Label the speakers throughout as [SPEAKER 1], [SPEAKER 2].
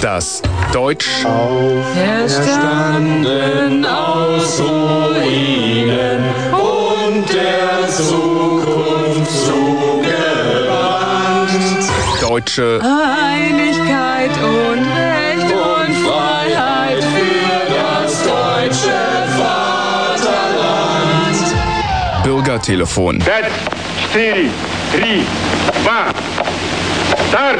[SPEAKER 1] Das Deutsch
[SPEAKER 2] Auferstanden aus Ruinen und der Zukunft zugewandt.
[SPEAKER 1] Deutsche
[SPEAKER 3] Einigkeit und Recht und Freiheit für
[SPEAKER 2] Das deutsche Vaterland.
[SPEAKER 1] Bürgertelefon.
[SPEAKER 4] 5, 4, 3, 2, Start!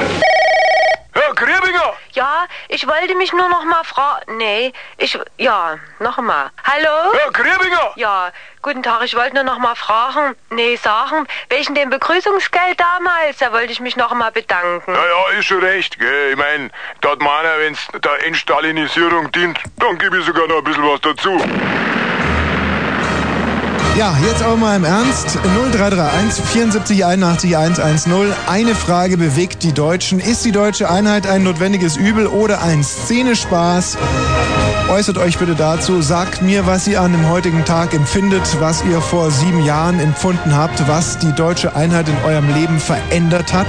[SPEAKER 4] Ja, Grübinger!
[SPEAKER 5] Ja, ich wollte mich nur noch mal fragen. Nee, ich. Ja, noch mal. Hallo?
[SPEAKER 4] Ja, Grübinger!
[SPEAKER 5] Ja, guten Tag, ich wollte nur noch mal fragen. Nee, sagen, wegen dem Begrüßungsgeld damals. Da wollte ich mich noch mal bedanken.
[SPEAKER 4] Naja, ist schon recht, gell? Ich mein, da hat man einer, wenn's der Entstalinisierung dient, dann gebe ich sogar noch ein bisschen was dazu.
[SPEAKER 6] Ja, jetzt aber mal im Ernst. 0331 74 81 110. Eine Frage bewegt die Deutschen. Ist die deutsche Einheit ein notwendiges Übel oder ein Szenespaß? Äußert euch bitte dazu. Sagt mir, was ihr an dem heutigen Tag empfindet, was ihr vor sieben Jahren empfunden habt, was die deutsche Einheit in eurem Leben verändert hat.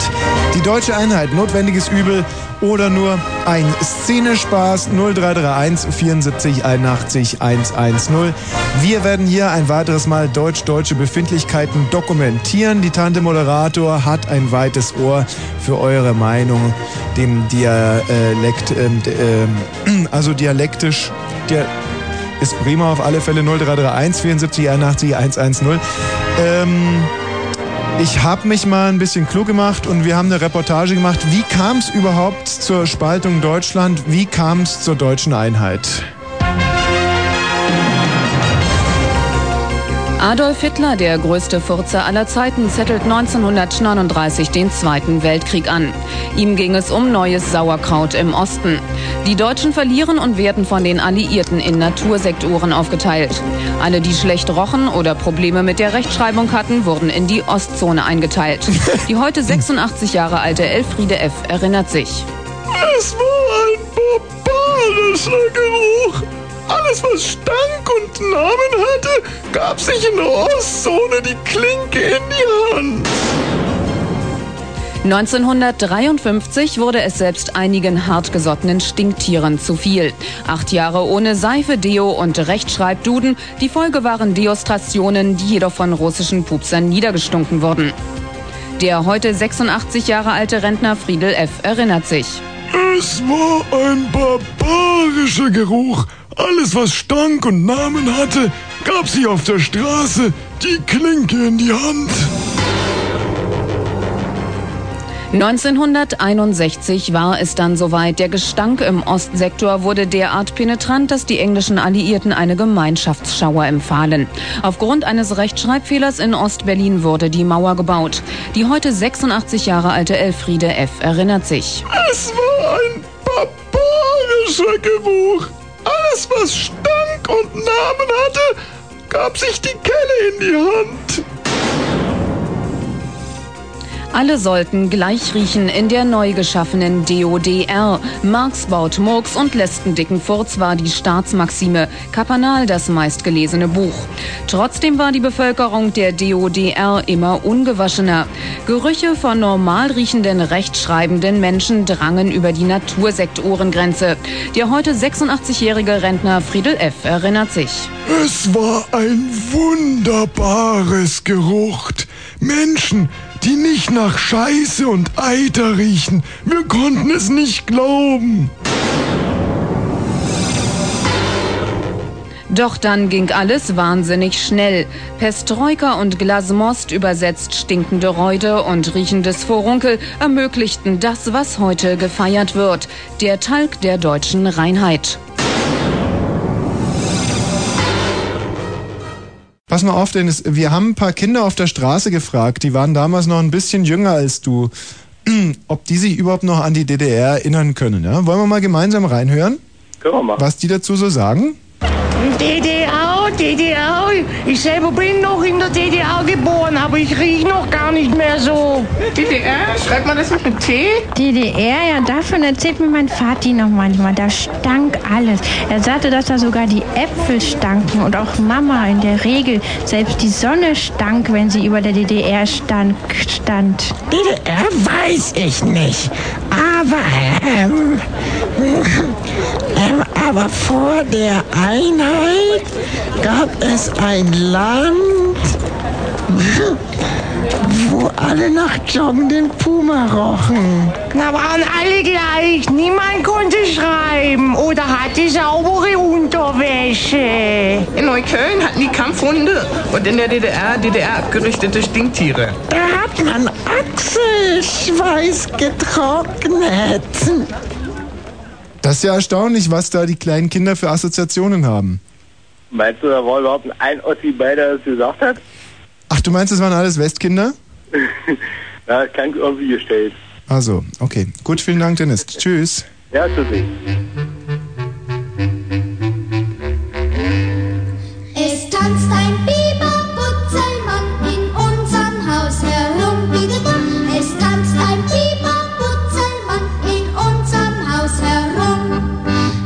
[SPEAKER 6] Die deutsche Einheit, notwendiges Übel oder nur ein Szenespaß 0331 74 81 110. Wir werden hier ein weiteres Mal deutsch-deutsche Befindlichkeiten dokumentieren. Die Tante Moderator hat ein weites Ohr für eure Meinung, dem Dialekt, ähm, d- ähm, also dialektisch, dia ist Bremer auf alle Fälle 0331 74 81 110. Ähm, ich habe mich mal ein bisschen klug gemacht und wir haben eine Reportage gemacht. Wie kam es überhaupt zur Spaltung Deutschland? Wie kam es zur deutschen Einheit?
[SPEAKER 7] Adolf Hitler, der größte Furze aller Zeiten, zettelt 1939 den Zweiten Weltkrieg an. Ihm ging es um neues Sauerkraut im Osten. Die Deutschen verlieren und werden von den Alliierten in Natursektoren aufgeteilt. Alle, die schlecht rochen oder Probleme mit der Rechtschreibung hatten, wurden in die Ostzone eingeteilt. Die heute 86 Jahre alte Elfriede F. erinnert sich.
[SPEAKER 8] Es war ein barbarischer Geruch. Alles, was stank und Namen hatte, gab sich in der Ostzone die Klinke in die Hand.
[SPEAKER 7] 1953 wurde es selbst einigen hartgesottenen Stinktieren zu viel. Acht Jahre ohne Seife, Deo und Rechtschreibduden. Die Folge waren Deostrationen, die jedoch von russischen Pupsern niedergestunken wurden. Der heute 86 Jahre alte Rentner Friedel F. erinnert sich.
[SPEAKER 8] Es war ein barbarischer Geruch. Alles, was stank und Namen hatte, gab sich auf der Straße die Klinke in die Hand.
[SPEAKER 7] 1961 war es dann soweit. Der Gestank im Ostsektor wurde derart penetrant, dass die englischen Alliierten eine Gemeinschaftsschauer empfahlen. Aufgrund eines Rechtschreibfehlers in Ostberlin wurde die Mauer gebaut. Die heute 86 Jahre alte Elfriede F. erinnert sich.
[SPEAKER 8] Es war ein barbarischer Geruch. Alles, was stank und Namen hatte, gab sich die Kelle in die Hand.
[SPEAKER 7] Alle sollten gleich riechen in der neu geschaffenen DODR. Marx baut Murks und lässt einen dicken Furz war die Staatsmaxime, Kapanal das meistgelesene Buch. Trotzdem war die Bevölkerung der DODR immer ungewaschener. Gerüche von normal riechenden, rechtschreibenden Menschen drangen über die Natursektorengrenze. Der heute 86-jährige Rentner Friedel F. erinnert sich.
[SPEAKER 8] Es war ein wunderbares Geruch. Menschen, die nicht nach Scheiße und Eiter riechen. Wir konnten es nicht glauben.
[SPEAKER 7] Doch dann ging alles wahnsinnig schnell. Pestroika und Glasnost übersetzt stinkende Räude und riechendes Vorunkel ermöglichten das, was heute gefeiert wird. Der Talg der deutschen Reinheit.
[SPEAKER 6] Pass mal auf, Dennis, wir haben ein paar Kinder auf der Straße gefragt, die waren damals noch ein bisschen jünger als du, ob die sich überhaupt noch an die DDR erinnern können. Ja? Wollen wir mal gemeinsam reinhören,
[SPEAKER 9] Können wir machen.
[SPEAKER 6] was die dazu so sagen?
[SPEAKER 10] DDR und
[SPEAKER 9] DDR. Ich selber bin noch in der DDR geboren, aber ich riech noch gar nicht mehr so.
[SPEAKER 10] DDR? Schreibt man das mit einem T?
[SPEAKER 11] DDR, ja, davon erzählt mir mein Vati noch manchmal. Da stank alles. Er sagte, dass da sogar die Äpfel stanken und auch Mama in der Regel. Selbst die Sonne stank, wenn sie über der DDR stank, stand.
[SPEAKER 12] DDR weiß ich nicht. Aber, ähm, ähm, aber vor der Einheit gab es ein Land, wo alle nach Joggen den Puma rochen.
[SPEAKER 9] Da waren alle gleich. Niemand konnte schreiben oder hatte saubere Unterwäsche.
[SPEAKER 10] In Neukölln hatten die Kampfhunde und in der DDR DDR abgerichtete Stinktiere.
[SPEAKER 12] Da hat man Achselschweiß getrocknet.
[SPEAKER 6] Das ist ja erstaunlich, was da die kleinen Kinder für Assoziationen haben.
[SPEAKER 13] Meinst du, da war überhaupt ein Ossi bei, der das gesagt hat?
[SPEAKER 6] Ach, du meinst, das waren alles Westkinder?
[SPEAKER 13] Na, klang irgendwie gestellt.
[SPEAKER 6] Also, okay. Gut, vielen Dank, Dennis. Tschüss.
[SPEAKER 13] Ja, tschüssi.
[SPEAKER 14] Es tanzt ein Biberbutzelmann in unserem Haus herum, wieder da. Es tanzt ein Biberbutzelmann in unserem Haus herum.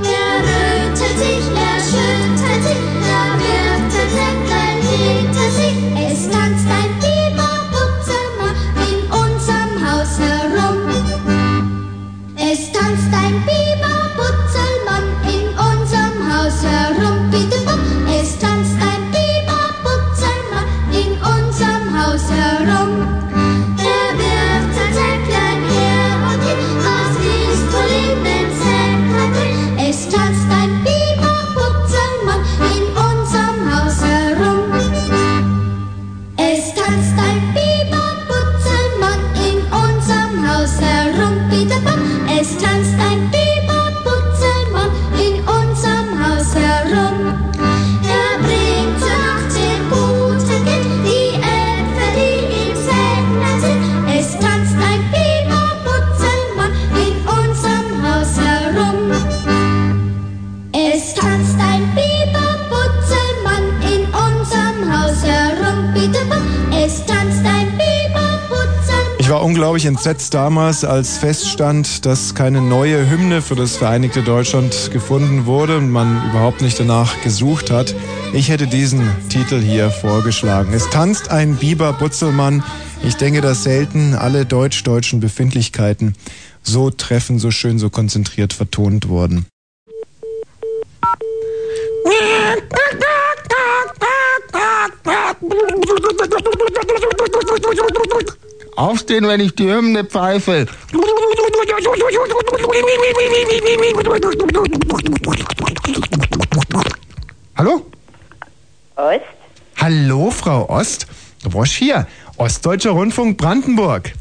[SPEAKER 14] Er rötet sich, er schüttelt sich, er wirft den Zettel hinter sich. Es tanzt ein Biberbutzelmann in unserem Haus herum. Es tanzt ein Biberbutzelmann in unserem Haus herum, bitte bumm. Es tanzt ein Biberbutzelmann in unserem Haus herum. Er wirft sein Säcklein her und hin, was ist wohl in dem Säcklein drin? Es tanzt ein Biberbutzelmann in unserem Haus herum. Es tanzt ein Biberbutzelmann in unserem Haus herum, bitte bam. Es tanzt ein Biberbutzelmann in unserem Haus herum. Er bringt zur Nacht den guten Kind, die Äpfel, die im Säcklein sind. Es tanzt ein Biberbutzelmann in unserem Haus herum. Es tanzt ein Biberbutzelmann in unserem Haus herum, bitte bam. Es tanzt ein Biberbutzelmann.
[SPEAKER 6] Ich war unglaublich entsetzt damals, als feststand, dass keine neue Hymne für das Vereinigte Deutschland gefunden wurde und man überhaupt nicht danach gesucht hat. Ich hätte diesen Titel hier vorgeschlagen. Es tanzt ein Biber Butzelmann. Ich denke, dass selten alle deutsch-deutschen Befindlichkeiten so treffend, so schön, so konzentriert vertont wurden.
[SPEAKER 15] Aufstehen, wenn ich die Hymne pfeife. Hallo?
[SPEAKER 16] Ost?
[SPEAKER 6] Hallo, Frau Ost. Wosch hier, Ostdeutscher Rundfunk Brandenburg.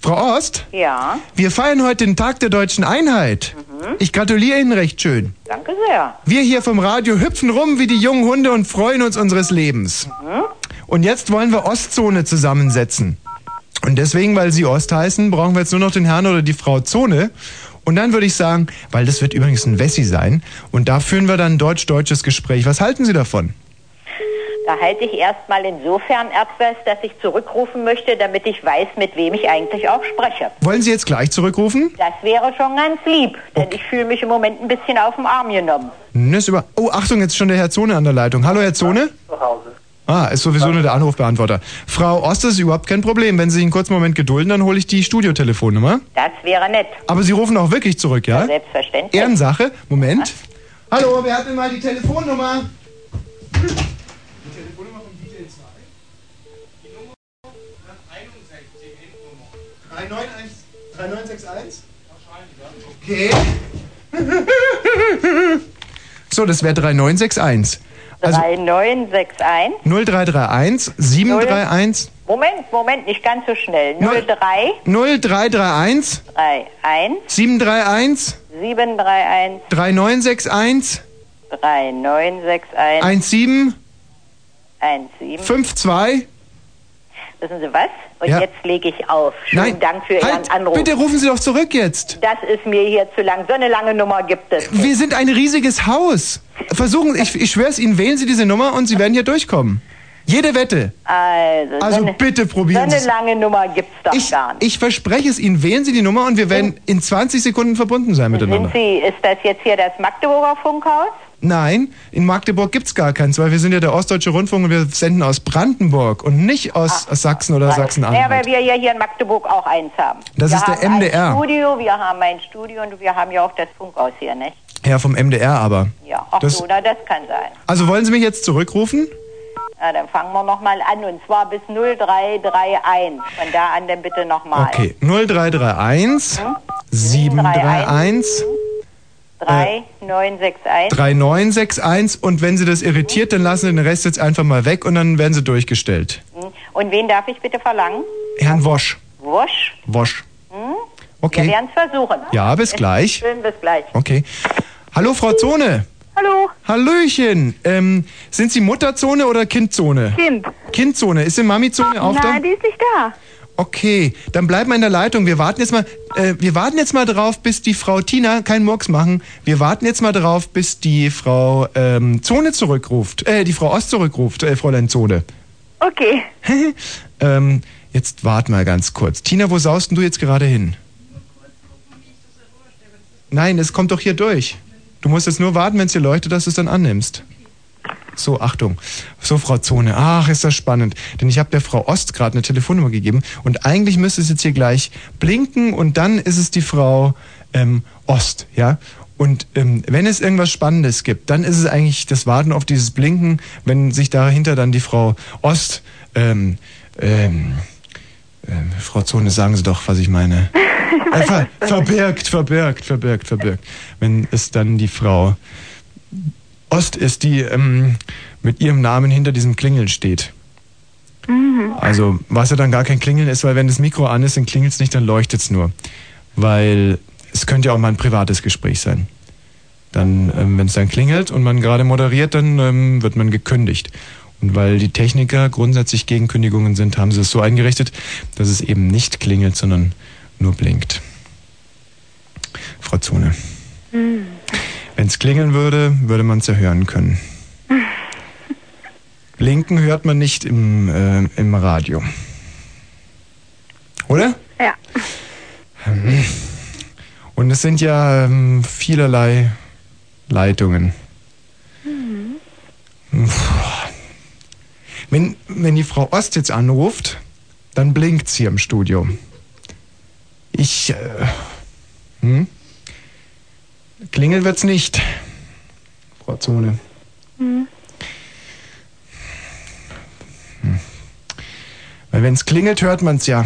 [SPEAKER 6] Frau Ost,
[SPEAKER 16] Ja,
[SPEAKER 6] wir feiern heute den Tag der deutschen Einheit. Ich gratuliere Ihnen recht schön.
[SPEAKER 16] Mhm. danke sehr.
[SPEAKER 6] Wir hier vom Radio hüpfen rum wie die jungen Hunde und freuen uns unseres Lebens.
[SPEAKER 16] Mhm.
[SPEAKER 6] Und jetzt wollen wir Ostzone zusammensetzen. Und deswegen, weil sie Ost heißen, brauchen wir jetzt nur noch den Herrn oder die Frau Zone. Und dann würde ich sagen, weil das wird übrigens ein Wessi sein, und da führen wir dann ein deutsch-deutsches Gespräch. Was halten Sie davon?
[SPEAKER 16] Da halte ich erstmal insofern etwas, dass ich zurückrufen möchte, damit ich weiß, mit wem ich eigentlich auch spreche.
[SPEAKER 6] Wollen Sie jetzt gleich zurückrufen?
[SPEAKER 16] Das wäre schon ganz lieb, denn ich fühle mich im Moment ein bisschen auf den Arm genommen.
[SPEAKER 6] Nö, ist über. Oh, Achtung, jetzt ist schon der Herr Zone an der Leitung. Hallo, Herr Zone?
[SPEAKER 16] Zu Hause.
[SPEAKER 6] Ah, ist sowieso nur der Anrufbeantworter. Frau Ost, das ist überhaupt kein Problem. Wenn Sie sich einen kurzen Moment gedulden, dann hole ich die Studiotelefonnummer.
[SPEAKER 16] Das wäre nett.
[SPEAKER 6] Aber Sie rufen auch wirklich zurück, ja?
[SPEAKER 16] Selbstverständlich.
[SPEAKER 6] Ehrensache. Moment. Hallo, wer hat denn mal die Telefonnummer? Okay. So, das wäre 3961. Also
[SPEAKER 16] 3961.
[SPEAKER 6] 0331 731
[SPEAKER 16] Moment, Moment, nicht ganz so schnell. 03
[SPEAKER 6] 0331
[SPEAKER 16] 31
[SPEAKER 6] 731
[SPEAKER 16] 731
[SPEAKER 6] 3961
[SPEAKER 16] 3961
[SPEAKER 6] 17
[SPEAKER 16] 17
[SPEAKER 6] 52
[SPEAKER 16] Wissen Sie was? Und
[SPEAKER 6] Ja.
[SPEAKER 16] jetzt lege ich auf. Schönen
[SPEAKER 6] Nein, Halt,
[SPEAKER 16] Dank für Ihren Anruf.
[SPEAKER 6] Bitte rufen Sie doch zurück jetzt.
[SPEAKER 16] Das ist mir hier zu lang. So eine lange Nummer gibt es. nicht.
[SPEAKER 6] Wir sind ein riesiges Haus. Versuchen, ich, ich schwöre es Ihnen, wählen Sie diese Nummer und Sie werden hier durchkommen. Jede Wette.
[SPEAKER 16] Also,
[SPEAKER 6] Also
[SPEAKER 16] so eine,
[SPEAKER 6] bitte
[SPEAKER 16] so
[SPEAKER 6] probieren Sie
[SPEAKER 16] eine
[SPEAKER 6] es.
[SPEAKER 16] lange Nummer gibt es doch gar nicht.
[SPEAKER 6] Ich verspreche es Ihnen, wählen Sie die Nummer und wir werden in 20 Sekunden verbunden sein miteinander.
[SPEAKER 16] Sind Sie, ist das jetzt hier das Magdeburger Funkhaus?
[SPEAKER 6] Nein, in Magdeburg gibt es gar keins, weil wir sind ja der Ostdeutsche Rundfunk und wir senden aus Brandenburg und nicht aus Sachsen oder
[SPEAKER 16] Ah. Ja,
[SPEAKER 6] Sachsen-Anhalt.
[SPEAKER 16] weil wir ja hier in Magdeburg auch eins haben.
[SPEAKER 6] Das
[SPEAKER 16] wir
[SPEAKER 6] ist der
[SPEAKER 16] haben
[SPEAKER 6] MDR.
[SPEAKER 16] Ein Studio, wir haben ein Studio und wir haben ja auch das Funkhaus hier, nicht?
[SPEAKER 6] Ja, vom MDR aber.
[SPEAKER 16] Ja, ach
[SPEAKER 6] Das-
[SPEAKER 16] so, na, das kann sein.
[SPEAKER 6] Also wollen Sie mich jetzt zurückrufen?
[SPEAKER 16] Na, dann fangen wir nochmal an und zwar bis 0331. Von da an dann bitte nochmal.
[SPEAKER 6] Okay, 0331
[SPEAKER 17] Mhm.
[SPEAKER 6] 731 Äh,
[SPEAKER 16] 3961.
[SPEAKER 6] 3961 und wenn Sie das irritiert, dann lassen Sie den Rest jetzt einfach mal weg und dann werden Sie durchgestellt.
[SPEAKER 16] Hm. Und wen darf ich bitte verlangen?
[SPEAKER 6] Herrn Wosch.
[SPEAKER 16] Wosch?
[SPEAKER 6] Wosch.
[SPEAKER 16] Hm? Wir
[SPEAKER 6] Okay.
[SPEAKER 16] werden es versuchen.
[SPEAKER 6] Ja, bis gleich.
[SPEAKER 16] Schön, bis gleich.
[SPEAKER 6] Okay. Hallo, Frau Zone.
[SPEAKER 17] Hallo.
[SPEAKER 6] Hallöchen. Ähm, sind Sie Mutterzone oder Kindzone?
[SPEAKER 17] Kind.
[SPEAKER 6] Kindzone. Ist die Mamizone auch da?
[SPEAKER 17] Nein, die ist nicht da.
[SPEAKER 6] Okay, dann bleib mal in der Leitung. Wir warten jetzt mal, äh, wir warten jetzt mal drauf, bis die Frau Tina keinen Murks machen. Wir warten jetzt mal drauf, bis die Frau ähm, Zone zurückruft, äh, die Frau Ost zurückruft, äh, Fräulein Zone.
[SPEAKER 17] Okay.
[SPEAKER 6] ähm, jetzt wart mal ganz kurz. Tina, wo saust denn du jetzt gerade hin? Nein, es kommt doch hier durch. Du musst jetzt nur warten, wenn es hier leuchtet, dass du es dann annimmst. So, Achtung. So, Frau Zone. Ach, ist das spannend. Denn ich habe der Frau Ost gerade eine Telefonnummer gegeben und eigentlich müsste es jetzt hier gleich blinken und dann ist es die Frau ähm, Ost, ja? Und ähm, wenn es irgendwas Spannendes gibt, dann ist es eigentlich das Warten auf dieses Blinken, wenn sich dahinter dann die Frau Ost, ähm, ähm, ähm, Frau Zone, sagen Sie doch, was ich meine. Äh, ver verbirgt, verbirgt, verbirgt, verbirgt. Wenn es dann die Frau Ost ist, die ähm, mit ihrem Namen hinter diesem Klingeln steht.
[SPEAKER 17] Mhm.
[SPEAKER 6] Also, was ja dann gar kein Klingeln ist, weil wenn das Mikro an ist, dann klingelt's nicht, dann leuchtet's nur. Weil es könnte ja auch mal ein privates Gespräch sein. Dann, ähm, wenn es dann klingelt und man gerade moderiert, dann ähm, wird man gekündigt. Und weil die Techniker grundsätzlich gegen Kündigungen sind, haben sie es so eingerichtet, dass es eben nicht klingelt, sondern nur blinkt. Frau Zone,
[SPEAKER 17] Hm.
[SPEAKER 6] wenn es klingeln würde, würde man es ja hören können. Blinken hört man nicht im, äh, im Radio. Oder?
[SPEAKER 17] Ja.
[SPEAKER 6] Hm. Und es sind ja ähm, vielerlei Leitungen.
[SPEAKER 17] Hm.
[SPEAKER 6] Puh. Wenn, wenn die Frau Ost jetzt anruft, dann blinkt's hier im Studio. Ich. Äh, hm? Klingeln wird's nicht. Frau Zone.
[SPEAKER 17] Hm.
[SPEAKER 6] Weil wenn's klingelt, hört man's ja.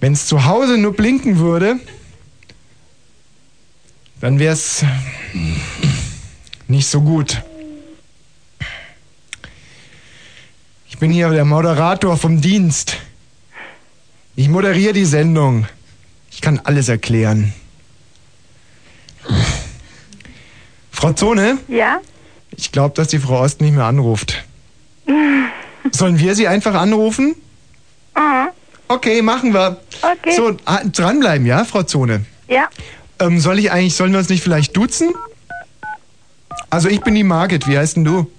[SPEAKER 6] Wenn's zu Hause nur blinken würde, dann wär's nicht so gut. Ich bin hier der Moderator vom Dienst. Ich moderiere die Sendung. Ich kann alles erklären. Frau Zone,
[SPEAKER 17] Ja?
[SPEAKER 6] ich glaube, dass die Frau Ost nicht mehr anruft. Sollen wir sie einfach anrufen? Okay, machen wir.
[SPEAKER 17] Okay.
[SPEAKER 6] So, ah, dranbleiben, ja, Frau Zone?
[SPEAKER 17] Ja.
[SPEAKER 6] Ähm, soll ich eigentlich, sollen wir uns nicht vielleicht duzen? Also ich bin die Margit, wie heißt denn du?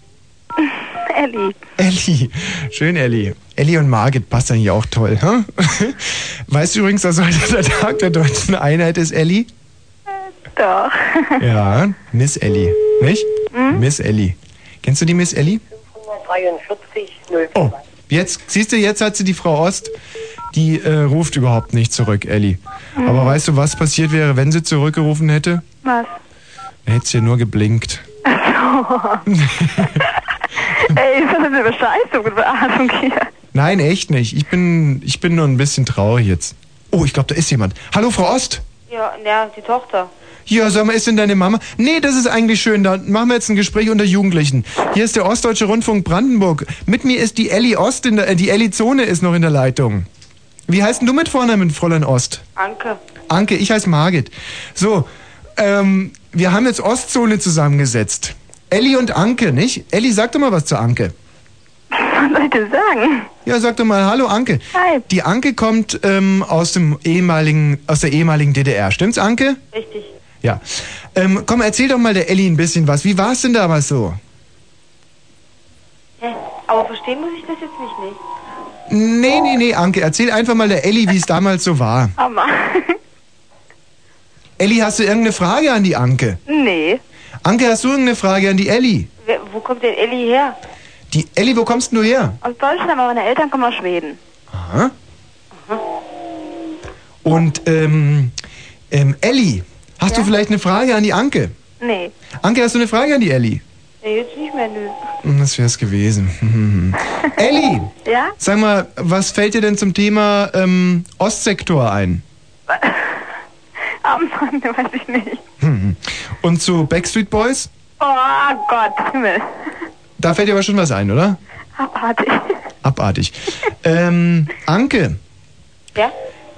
[SPEAKER 17] Elli.
[SPEAKER 6] Elli. Schön, Elli. Elli und Margit passt eigentlich auch toll. Hä? Weißt du übrigens, dass heute der Tag der deutschen Einheit ist, Elli?
[SPEAKER 17] Doch. Hm?
[SPEAKER 6] Ja, Miss Elli. Nicht? Miss Elli. Kennst du die Miss Elli?
[SPEAKER 18] 43,
[SPEAKER 6] Oh, jetzt, siehst du, jetzt hat sie die Frau Ost, die äh, ruft überhaupt nicht zurück, Elli.
[SPEAKER 17] Hm.
[SPEAKER 6] Aber weißt du, was passiert wäre, wenn sie zurückgerufen hätte?
[SPEAKER 17] Was?
[SPEAKER 6] Dann hätte sie nur geblinkt.
[SPEAKER 17] Ey, ist das eine Bescheißung und Beatmung hier?
[SPEAKER 6] Nein, echt nicht. Ich bin, ich bin nur ein bisschen traurig jetzt. Oh, ich glaube, da ist jemand. Hallo, Frau Ost.
[SPEAKER 19] Ja, ja, die Tochter.
[SPEAKER 6] Ja, sag mal, ist denn deine Mama? Nee, das ist eigentlich schön. Dann machen wir jetzt ein Gespräch unter Jugendlichen. Hier ist der Ostdeutsche Rundfunk Brandenburg. Mit mir ist die Elli Ost in der, äh, die Elli Zone ist noch in der Leitung. Wie heißt denn du mit Vornamen, Fräulein Ost?
[SPEAKER 19] Anke.
[SPEAKER 6] Anke, ich heiße Margit. So, ähm, wir haben jetzt Ostzone zusammengesetzt. Elli und Anke, nicht? Elli, sag doch mal was zu Anke.
[SPEAKER 17] man sollte sagen.
[SPEAKER 6] Ja, sag doch mal, hallo Anke. Hi. Die Anke kommt ähm, aus dem ehemaligen, aus der ehemaligen DDR. Stimmt's, Anke?
[SPEAKER 17] Richtig.
[SPEAKER 6] Ja. Ähm, komm, erzähl doch mal der Elli ein bisschen was. Wie war es denn damals so?
[SPEAKER 19] Hä? Aber verstehen muss ich das jetzt nicht, ne? nicht?
[SPEAKER 6] Nee, nee, nee, Anke, erzähl einfach mal der Elli, wie es damals so war.
[SPEAKER 17] Aber.
[SPEAKER 6] Elli, hast du irgendeine Frage an die Anke?
[SPEAKER 19] Nee.
[SPEAKER 6] Anke, hast du irgendeine Frage an die Elli?
[SPEAKER 19] Wer, wo kommt denn Elli her?
[SPEAKER 6] Die Elli, wo kommst denn du her?
[SPEAKER 17] Aus Deutschland, aber meine Eltern kommen aus Schweden.
[SPEAKER 6] Aha. Und ähm, ähm, Elli, hast du vielleicht eine Frage an die Anke?
[SPEAKER 19] Nee.
[SPEAKER 6] Anke, hast du eine Frage an die Elli?
[SPEAKER 19] Nee, jetzt nicht mehr, nö.
[SPEAKER 6] Hm, Das wär's gewesen. Hm. Elli,
[SPEAKER 19] Ja?
[SPEAKER 6] sag mal, was fällt dir denn zum Thema ähm, Ostsektor ein?
[SPEAKER 17] Am Rande weiß ich nicht.
[SPEAKER 6] Hm. Und zu Backstreet Boys?
[SPEAKER 17] Oh Gott, Himmel.
[SPEAKER 6] Da fällt dir aber schon was ein, oder?
[SPEAKER 17] Abartig.
[SPEAKER 6] Abartig. ähm, Anke.
[SPEAKER 19] Ja?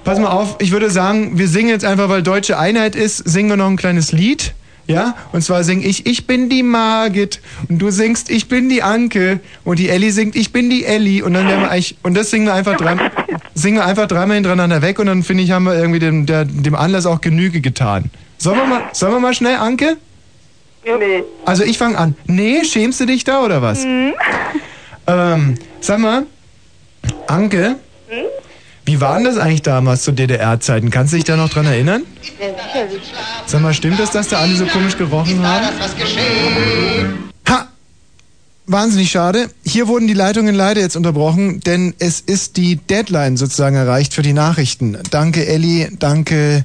[SPEAKER 6] Pass mal auf, ich würde sagen, wir singen jetzt einfach, weil deutsche Einheit ist, singen wir noch ein kleines Lied. Ja? Und zwar singe ich Ich bin die Margit und du singst Ich bin die Anke und die Elli singt Ich bin die Elli und dann werden wir eigentlich, und das singen wir einfach dran, singen wir einfach dreimal hintereinander weg und dann finde ich, haben wir irgendwie dem, der, dem Anlass auch Genüge getan. Sollen wir mal, sollen wir mal schnell, Anke?
[SPEAKER 17] Nee.
[SPEAKER 6] Also ich fange an. Nee, schämst du dich da oder was?
[SPEAKER 17] Hm?
[SPEAKER 6] Ähm, sag mal, Anke, wie war denn das eigentlich damals zu DDR-Zeiten? Kannst du dich da noch dran erinnern?
[SPEAKER 2] Ja, sicherlich.
[SPEAKER 6] Sag mal, stimmt das, dass da alle so komisch gerochen haben?
[SPEAKER 2] Was geschehen?
[SPEAKER 6] Ha! Wahnsinnig schade. Hier wurden die Leitungen leider jetzt unterbrochen, denn es ist die Deadline sozusagen erreicht für die Nachrichten. Danke, Elli. Danke,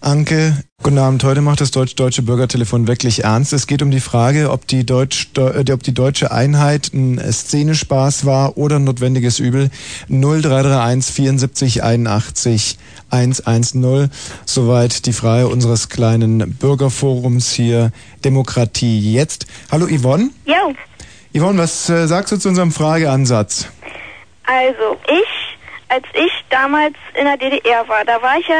[SPEAKER 6] Anke. Guten Abend. Heute macht das deutsch-deutsche Bürgertelefon wirklich ernst. Es geht um die Frage, ob die, Deutsch, äh, ob die deutsche Einheit ein Szenespaß war oder ein notwendiges Übel. 0331 74 81 110. Soweit die Frage unseres kleinen Bürgerforums hier. Demokratie jetzt. Hallo Yvonne.
[SPEAKER 20] Jo,
[SPEAKER 6] Yvonne, was äh, sagst du zu unserem Frageansatz?
[SPEAKER 20] also ich, als ich damals in der DDR war, da war ich ja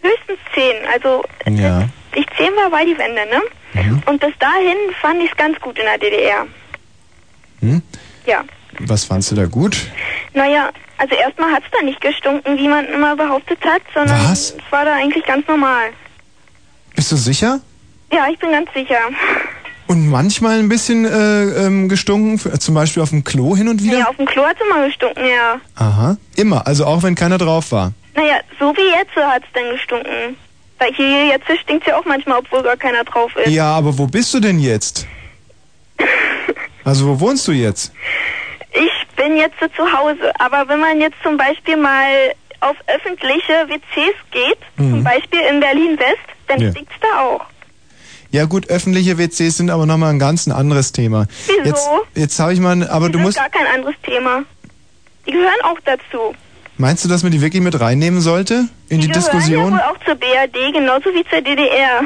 [SPEAKER 20] höchstens zehn. Also
[SPEAKER 6] Ja. Mhm.
[SPEAKER 20] ich zehn war, war die Wende, ne? Und bis dahin fand ich es ganz gut in der DDR.
[SPEAKER 6] Hm?
[SPEAKER 20] Ja.
[SPEAKER 6] Was fandst du da gut?
[SPEAKER 20] Naja, also erstmal hat es da nicht gestunken, wie man immer behauptet hat, sondern
[SPEAKER 6] Was?
[SPEAKER 20] es war da eigentlich ganz normal.
[SPEAKER 6] Bist du sicher?
[SPEAKER 20] Ja, ich bin ganz sicher.
[SPEAKER 6] Und manchmal ein bisschen äh, ähm, gestunken, f- äh, zum Beispiel auf dem Klo hin und wieder?
[SPEAKER 20] Ja, auf dem Klo hat es immer gestunken, ja.
[SPEAKER 6] Aha. Immer, also auch wenn keiner drauf war.
[SPEAKER 20] Naja, so wie jetzt hat es denn gestunken. Weil hier jetzt stinkt ja auch manchmal, obwohl gar keiner drauf ist.
[SPEAKER 6] Ja, aber wo bist du denn jetzt? Also wo wohnst du jetzt?
[SPEAKER 20] Ich bin jetzt so zu Hause, aber wenn man jetzt zum Beispiel mal auf öffentliche WCs geht, zum Beispiel in Berlin-West, dann
[SPEAKER 6] Mhm. Ja.
[SPEAKER 20] ja. stinkt's da auch.
[SPEAKER 6] Ja gut, öffentliche WCs sind aber nochmal ein ganz ein anderes Thema.
[SPEAKER 20] Wieso?
[SPEAKER 6] Jetzt, jetzt habe ich mal, ein- aber du
[SPEAKER 20] das
[SPEAKER 6] musst,
[SPEAKER 20] ist gar kein anderes Thema. Die gehören auch dazu.
[SPEAKER 6] meinst du, dass man die wirklich mit reinnehmen sollte in die, Diskussion?
[SPEAKER 20] Gehören ja wohl auch zur BRD, genauso wie zur DDR.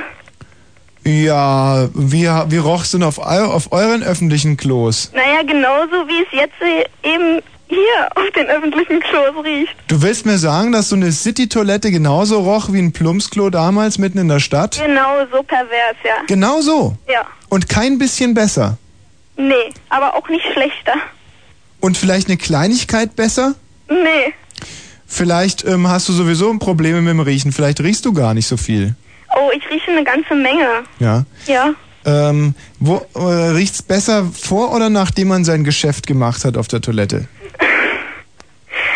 [SPEAKER 6] Ja, wie, wie rochst du denn auf, eu- auf euren öffentlichen Klos?
[SPEAKER 20] Naja, genauso wie es jetzt äh, eben hier auf den öffentlichen Klos riecht.
[SPEAKER 6] Du willst mir sagen, dass so eine City-Toilette genauso roch wie ein Plumpsklo damals mitten in der Stadt?
[SPEAKER 20] Genau so pervers, ja.
[SPEAKER 6] Genau so.
[SPEAKER 20] Ja.
[SPEAKER 6] Und kein bisschen besser.
[SPEAKER 20] Nee, aber auch nicht schlechter.
[SPEAKER 6] Und vielleicht eine Kleinigkeit besser?
[SPEAKER 20] Nee.
[SPEAKER 6] Vielleicht ähm, hast du sowieso Probleme mit dem Riechen. Vielleicht riechst du gar nicht so viel.
[SPEAKER 20] Oh, ich rieche eine ganze Menge.
[SPEAKER 6] Ja.
[SPEAKER 20] Ja.
[SPEAKER 6] Ähm, wo äh, riecht's besser vor oder nachdem man sein Geschäft gemacht hat auf der Toilette?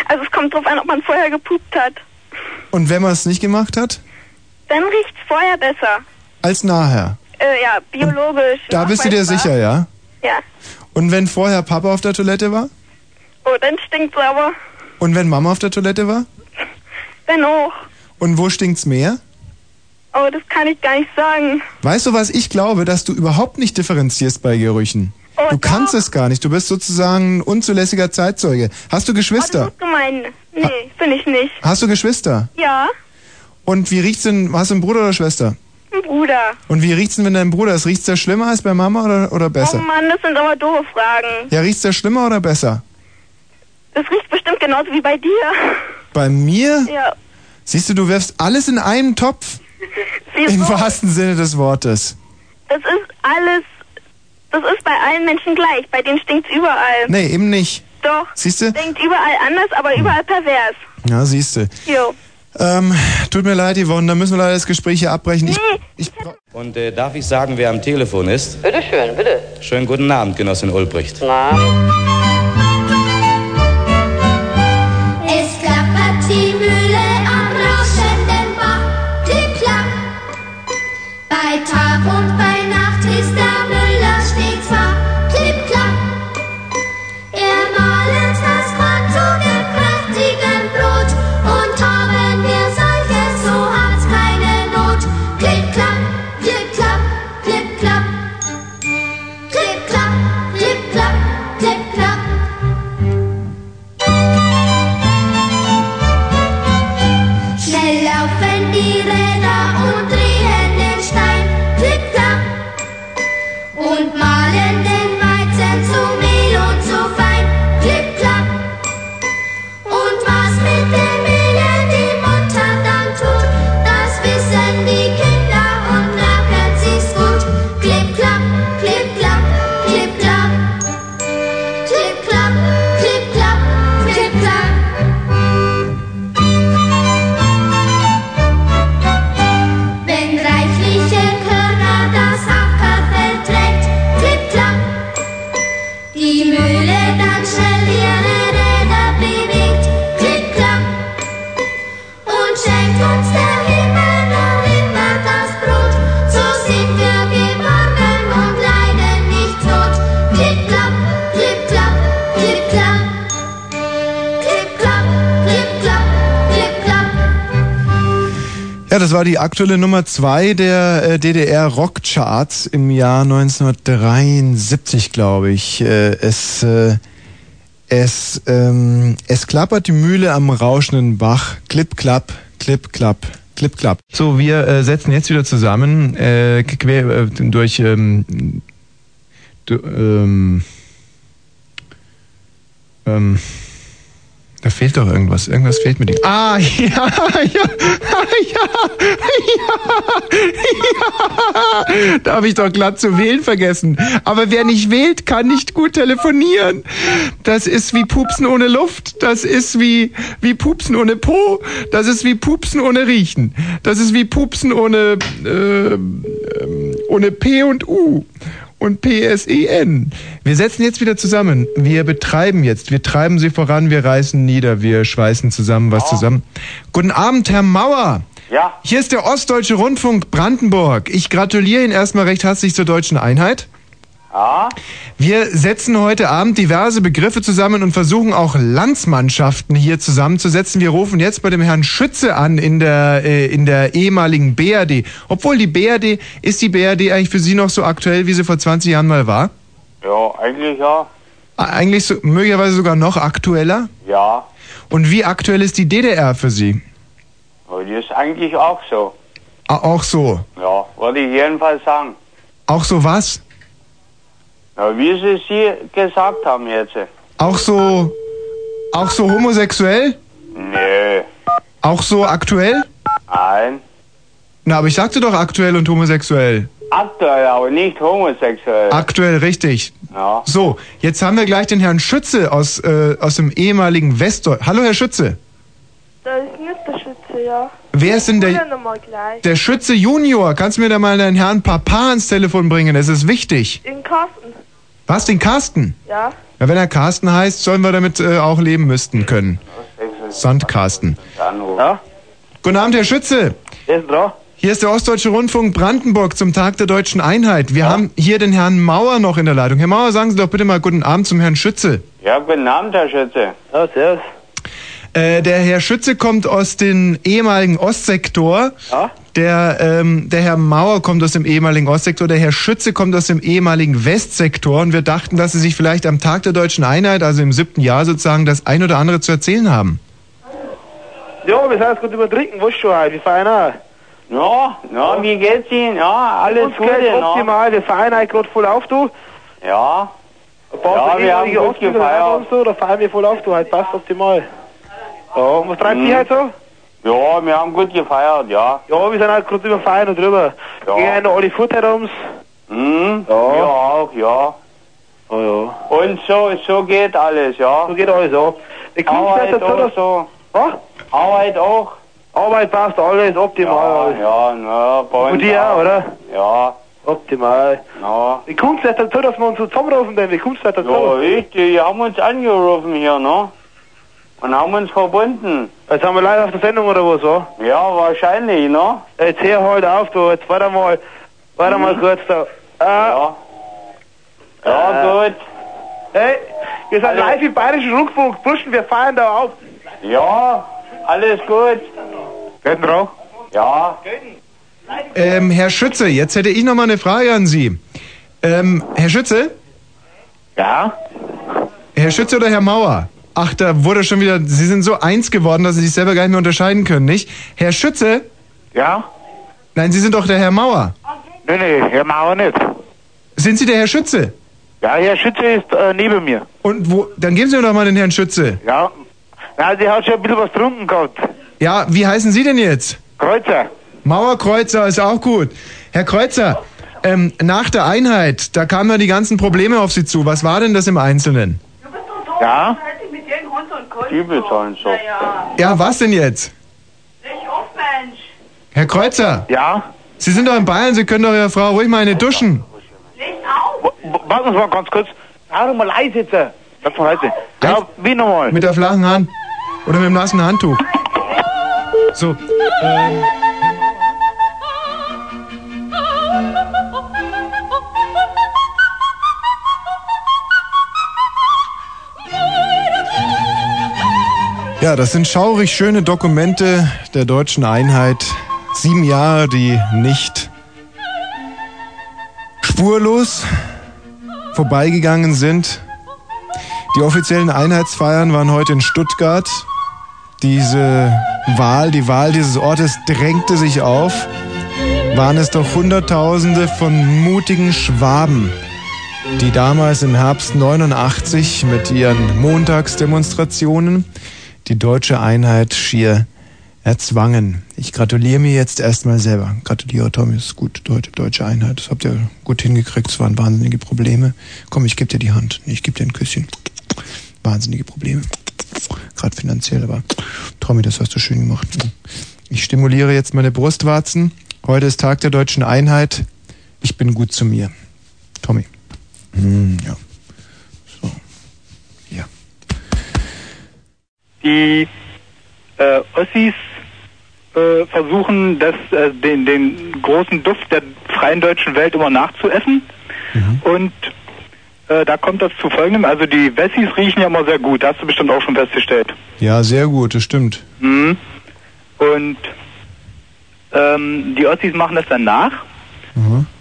[SPEAKER 20] Also es kommt drauf an, ob man vorher gepupt hat.
[SPEAKER 6] Und wenn man es nicht gemacht hat?
[SPEAKER 20] Dann riecht's vorher besser.
[SPEAKER 6] Als nachher.
[SPEAKER 20] Äh, ja, biologisch.
[SPEAKER 6] Da bist du dir sicher, ja?
[SPEAKER 20] Ja.
[SPEAKER 6] Und wenn vorher Papa auf der Toilette war?
[SPEAKER 20] Oh, dann stinkt's aber.
[SPEAKER 6] Und wenn Mama auf der Toilette war?
[SPEAKER 20] Dann auch.
[SPEAKER 6] Und wo stinkt's mehr?
[SPEAKER 20] Oh, das kann ich gar nicht sagen.
[SPEAKER 6] Weißt du was, ich glaube, dass du überhaupt nicht differenzierst bei Gerüchen.
[SPEAKER 20] Oh,
[SPEAKER 6] du kannst es gar nicht. Du bist sozusagen ein unzulässiger Zeitzeuge. Hast du
[SPEAKER 20] Oh,
[SPEAKER 6] Geschwister?
[SPEAKER 20] Gemein. Nee, bin ich nicht.
[SPEAKER 6] Hast du Geschwister?
[SPEAKER 20] Ja,
[SPEAKER 6] Und wie riecht's denn? Hast du einen Bruder oder Schwester?
[SPEAKER 20] ein Bruder.
[SPEAKER 6] Und wie riecht's denn, wenn dein Bruder ist? Riecht's da schlimmer als bei Mama oder, oder
[SPEAKER 20] Oh
[SPEAKER 6] besser?
[SPEAKER 20] Mann, das sind aber doofe Fragen.
[SPEAKER 6] Ja, riecht's da schlimmer oder besser?
[SPEAKER 20] Das riecht bestimmt genauso wie bei dir.
[SPEAKER 6] Bei mir?
[SPEAKER 20] Ja.
[SPEAKER 6] Siehst du, du wirfst alles in einen Topf.
[SPEAKER 20] Wieso?
[SPEAKER 6] Im wahrsten Sinne des Wortes.
[SPEAKER 20] Das ist alles. Das ist bei allen Menschen gleich. Bei denen stinkt's überall.
[SPEAKER 6] Nee, eben nicht.
[SPEAKER 20] doch.
[SPEAKER 6] Siehste?
[SPEAKER 20] Denkt überall anders, aber überall pervers.
[SPEAKER 6] Ja, siehste.
[SPEAKER 20] Jo.
[SPEAKER 6] Ähm, tut mir leid, Yvonne, da müssen wir leider das Gespräch hier abbrechen. Ich,
[SPEAKER 21] Und äh, darf ich sagen, wer am Telefon ist?
[SPEAKER 18] Bitte schön, bitte.
[SPEAKER 21] Schönen guten Abend, Genossin Ulbricht.
[SPEAKER 14] Es klappert die Mühle am rauschenden Bach, klick-klack. Bei Tag und bei Nacht ist der Müller stets wach, klick-klack. Er malet das Brot zu dem prächtigen Brot und haben wir solches, so hat's keine Not. Klick-klack, klick-klack, klick-klack. Klick-klack, klick-klack, klick-klack. Schnell laufen die Räder und drehen den Stein, klick-klack. Und mahlen den Weizen zu Mehl und zu Wein, klick-klack. Und was mit der Mühle die Mutter dann tut, das wissen die Kinder und merken sie's gut. Klick-klack, klick-klack, klick-klack. Klick-klack, klick-klack, klick-klack. Wenn reichliche Körner das Ackerfeld trägt, klipp-klapp, die Mühle dann schnell ihre Räder bewegt, klipp-klapp, und schenkt uns der Himmel nur immer das Brot, so sind wir geborgen und leiden nicht tot, klipp-klapp, klipp-klapp, klipp-klapp, klipp-klapp, klipp-klapp, klipp-klapp.
[SPEAKER 6] Ja, das war die aktuelle Nummer 2 der äh, DDR Rockcharts im Jahr 1973, glaube ich. Äh, es, äh, es, ähm, es klappert die Mühle am rauschenden Bach. Klipp, klapp, klipp, klapp, klipp, klapp. So, wir äh, setzen jetzt wieder zusammen äh, quer, äh, durch... Ähm, du, ähm, ähm, da fehlt doch irgendwas. Irgendwas fehlt mir. Ah, ja, ja,
[SPEAKER 8] ja, ja. Da habe ich doch glatt zu wählen vergessen. Aber wer nicht wählt, kann nicht gut telefonieren. Das ist wie Pupsen ohne Luft. Das ist wie, wie Pupsen ohne Po. Das ist wie Pupsen ohne Riechen. Das ist wie Pupsen ohne, äh, ähm, ohne P und U. Und PSEN.
[SPEAKER 6] E Wir setzen jetzt wieder zusammen. Wir betreiben jetzt. Wir treiben sie voran. Wir reißen nieder. Wir schweißen zusammen was zusammen. Guten Abend, Herr Mauer.
[SPEAKER 22] Ja.
[SPEAKER 6] Hier ist der Ostdeutsche Rundfunk Brandenburg. Ich gratuliere Ihnen erstmal recht herzlich zur deutschen Einheit.
[SPEAKER 22] Ja.
[SPEAKER 6] Wir setzen heute Abend diverse Begriffe zusammen und versuchen auch Landsmannschaften hier zusammenzusetzen. Wir rufen jetzt bei dem Herrn Schütze an in der, äh, in der ehemaligen BRD. Obwohl die BRD, ist die BRD eigentlich für Sie noch so aktuell, wie sie vor 20 Jahren mal war?
[SPEAKER 22] Ja, eigentlich ja.
[SPEAKER 6] Eigentlich so, möglicherweise sogar noch aktueller?
[SPEAKER 22] Ja.
[SPEAKER 6] Und wie aktuell ist die DDR für Sie?
[SPEAKER 22] Aber die ist eigentlich auch so.
[SPEAKER 6] A- Auch so.
[SPEAKER 22] Ja, würde ich jedenfalls sagen.
[SPEAKER 6] Auch so was?
[SPEAKER 22] Na, wie Sie es hier gesagt haben jetzt.
[SPEAKER 6] Auch so. Auch so homosexuell?
[SPEAKER 22] Nö.
[SPEAKER 6] Auch so aktuell?
[SPEAKER 22] Nein.
[SPEAKER 6] Na, aber ich sagte doch aktuell und homosexuell.
[SPEAKER 22] Aktuell, aber nicht homosexuell.
[SPEAKER 6] Aktuell, richtig.
[SPEAKER 22] ja.
[SPEAKER 6] So, jetzt haben wir gleich den Herrn Schütze aus, äh, aus dem ehemaligen Westdeutsch. Hallo, Herr Schütze.
[SPEAKER 23] Da ist nicht der Schütze, ja.
[SPEAKER 6] Wer ist denn
[SPEAKER 23] Ich hol
[SPEAKER 6] der,
[SPEAKER 23] ihn nochmal gleich.
[SPEAKER 6] der Schütze Junior? Kannst du mir da mal deinen Herrn Papa ans Telefon bringen? Es ist wichtig.
[SPEAKER 23] In Carsten,
[SPEAKER 6] Was, den Carsten?
[SPEAKER 23] ja.
[SPEAKER 6] Ja, wenn er Carsten heißt, sollen wir damit äh, auch leben müssten können. Sandcarsten.
[SPEAKER 22] Ja?
[SPEAKER 6] Guten Abend, Herr Schütze.
[SPEAKER 22] Ist dran.
[SPEAKER 6] Hier ist der Ostdeutsche Rundfunk Brandenburg zum Tag der deutschen Einheit. Wir haben hier den Herrn Mauer noch in der Leitung. Herr Mauer, sagen Sie doch bitte mal guten Abend zum Herrn Schütze.
[SPEAKER 22] Ja, guten Abend, Herr Schütze. Ja, servus.
[SPEAKER 6] Äh, der Herr Schütze kommt aus dem ehemaligen Ostsektor. Der, ähm, der Herr Mauer kommt aus dem ehemaligen Ostsektor, der Herr Schütze kommt aus dem ehemaligen Westsektor und wir dachten, dass Sie sich vielleicht am Tag der deutschen Einheit, also im siebten Jahr sozusagen, das ein oder andere zu erzählen haben.
[SPEAKER 24] Ja, wir sind jetzt gut übertrinken, weißt du schon, halt, wir fahren auch.
[SPEAKER 22] Ja, ja, wie geht's Ihnen? Ja, alles
[SPEAKER 24] Uns
[SPEAKER 22] Gute,
[SPEAKER 24] geht's
[SPEAKER 22] ja.
[SPEAKER 24] optimal, wir fahren halt gerade voll auf, du.
[SPEAKER 22] Ja.
[SPEAKER 24] Ein
[SPEAKER 22] Ja, wir haben gut
[SPEAKER 24] Ausbildungen
[SPEAKER 22] gefeiert.
[SPEAKER 24] und so, da fahren wir voll auf, du, halt passt optimal. Ja, und was treibt
[SPEAKER 22] Mhm.
[SPEAKER 24] ihr halt so?
[SPEAKER 22] Ja, wir haben gut gefeiert, ja.
[SPEAKER 24] Ja, wir sind halt gerade über Feiern und drüber.
[SPEAKER 22] Ja.
[SPEAKER 24] Gehen noch alle Futter ums.
[SPEAKER 22] Hm? Ja. Wir auch, ja.
[SPEAKER 24] Ah,
[SPEAKER 22] Oh, ja. Und so, so geht alles, ja. So geht alles, ja.
[SPEAKER 24] Die
[SPEAKER 22] Arbeit
[SPEAKER 24] Klingenzeit hat
[SPEAKER 22] auch so. Was? Arbeit auch. Arbeit passt alles optimal. Ja, ja, na, bei
[SPEAKER 24] Und die auch, oder?
[SPEAKER 22] Ja. Optimal. Ja.
[SPEAKER 24] Die Kunst hat dazu, dass wir uns so zusammenrufen, denn die Kunst hat dazu.
[SPEAKER 22] Ja, eh. richtig, die haben uns angerufen hier, ne? Und haben uns verbunden.
[SPEAKER 24] Jetzt haben wir leider auf der Sendung oder was, wa?
[SPEAKER 22] Ja, wahrscheinlich, ne? Mhm.
[SPEAKER 24] Jetzt hör halt auf, du. Jetzt warte mal. Warte mal kurz da. Ah.
[SPEAKER 22] Ja. Ja, gut.
[SPEAKER 24] Hey, wir sind live im Bayerischen Rundfunk. Burschen, wir feiern da auf.
[SPEAKER 22] Ja, alles gut.
[SPEAKER 24] Geht drauf?
[SPEAKER 22] Ja.
[SPEAKER 6] Ähm, Herr Schütze, jetzt hätte ich noch mal eine Frage an Sie. Ähm, Herr Schütze?
[SPEAKER 24] Ja?
[SPEAKER 6] Herr Schütze oder Herr Mauer? Ach, da wurde schon wieder. Sie sind so eins geworden, dass Sie sich selber gar nicht mehr unterscheiden können, nicht? Herr Schütze?
[SPEAKER 24] Ja?
[SPEAKER 6] Nein, Sie sind doch der Herr Mauer.
[SPEAKER 24] Nee, nee, Herr Mauer nicht.
[SPEAKER 6] Sind Sie der Herr Schütze?
[SPEAKER 24] Ja, Herr Schütze ist äh, neben mir.
[SPEAKER 6] Und wo. Dann geben Sie mir doch mal den Herrn Schütze.
[SPEAKER 24] Ja. Na, sie hat schon ein bisschen was getrunken gehabt.
[SPEAKER 6] Ja, wie heißen Sie denn jetzt?
[SPEAKER 24] Kreuzer.
[SPEAKER 6] Mauerkreuzer ist auch gut. Herr Kreuzer, ähm, nach der Einheit, da kamen ja die ganzen Probleme auf Sie zu. Was war denn das im Einzelnen?
[SPEAKER 24] Ja?
[SPEAKER 22] Übel sein so.
[SPEAKER 6] Ja, was denn jetzt? Herr Kreuzer?
[SPEAKER 24] Ja?
[SPEAKER 6] Sie sind doch in Bayern, Sie können doch Ihrer Frau ruhig mal eine duschen.
[SPEAKER 24] Warten Sie mal ganz kurz. Hör doch mal leise jetzt. Sag mal leise. Ja, wie nochmal?
[SPEAKER 6] Mit der flachen Hand. Oder mit dem nassen Handtuch. So, ähm, Ja, das sind schaurig schöne Dokumente der deutschen Einheit. Sieben Jahre, die nicht spurlos vorbeigegangen sind. Die offiziellen Einheitsfeiern waren heute in Stuttgart. Diese Wahl, die Wahl dieses Ortes drängte sich auf. Waren es doch Hunderttausende von mutigen Schwaben, die damals im Herbst 89 mit ihren Montagsdemonstrationen die deutsche Einheit schier erzwangen. Ich gratuliere mir jetzt erstmal selber. Gratuliere, Tommy, das ist gut, deutsche, deutsche Einheit. Das habt ihr gut hingekriegt, es waren wahnsinnige Probleme. Komm, ich gebe dir die Hand. Nee, ich gebe dir ein Küsschen. Wahnsinnige Probleme. Gerade finanziell, aber Tommy, das hast du schön gemacht. Ich stimuliere jetzt meine Brustwarzen. Heute ist Tag der deutschen Einheit. Ich bin gut zu mir. Tommy. Hm, ja.
[SPEAKER 1] die äh, Ossis äh, versuchen, das, äh, den, den großen Duft der freien deutschen Welt immer nachzuessen. Und äh, da kommt das zu folgendem. Also die Wessis riechen ja immer sehr gut, das hast du bestimmt auch schon festgestellt.
[SPEAKER 6] Ja, sehr gut, das stimmt.
[SPEAKER 1] Mhm. Und ähm, die Ossis machen das dann nach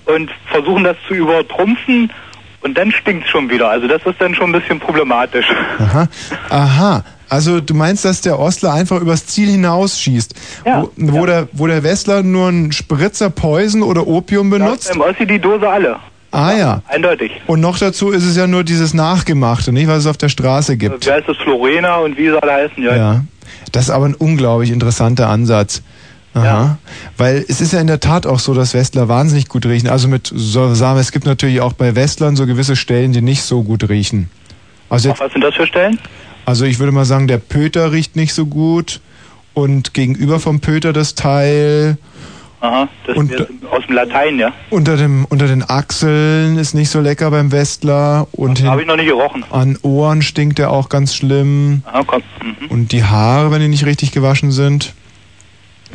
[SPEAKER 1] und versuchen das zu übertrumpfen und dann stinkt schon wieder. Also das ist dann schon ein bisschen problematisch.
[SPEAKER 6] Aha. Aha. Also du meinst, dass der Ostler einfach übers Ziel hinausschießt, wo, wo, Der, wo der Westler nur einen Spritzer Poison oder Opium benutzt?
[SPEAKER 1] Im Ossi die Dose alle.
[SPEAKER 6] ah ja.
[SPEAKER 1] Eindeutig.
[SPEAKER 6] Und noch dazu ist es ja nur dieses Nachgemachte, nicht, was es auf der Straße gibt.
[SPEAKER 1] Wie heißt das? Florena und wie sie alle heißen? Ja.
[SPEAKER 6] Ja. Das ist aber ein unglaublich interessanter Ansatz. Aha. Weil es ist ja in der Tat auch so, dass Westler wahnsinnig gut riechen. Also mit so sagen wir, es gibt natürlich auch bei Westlern so gewisse Stellen, die nicht so gut riechen. Also jetzt,
[SPEAKER 1] Was sind das für Stellen?
[SPEAKER 6] also ich würde mal sagen, der Pöter riecht nicht so gut und gegenüber vom Pöter das Teil
[SPEAKER 1] Aha, das
[SPEAKER 6] Und-
[SPEAKER 1] ist jetzt aus dem Latein, ja.
[SPEAKER 6] unter dem unter den Achseln ist nicht so lecker beim Westler und hin-
[SPEAKER 1] Habe ich noch nicht gerochen.
[SPEAKER 6] an Ohren stinkt er auch ganz schlimm.
[SPEAKER 1] Aha, komm. Mhm.
[SPEAKER 6] Und die Haare, wenn die nicht richtig gewaschen sind.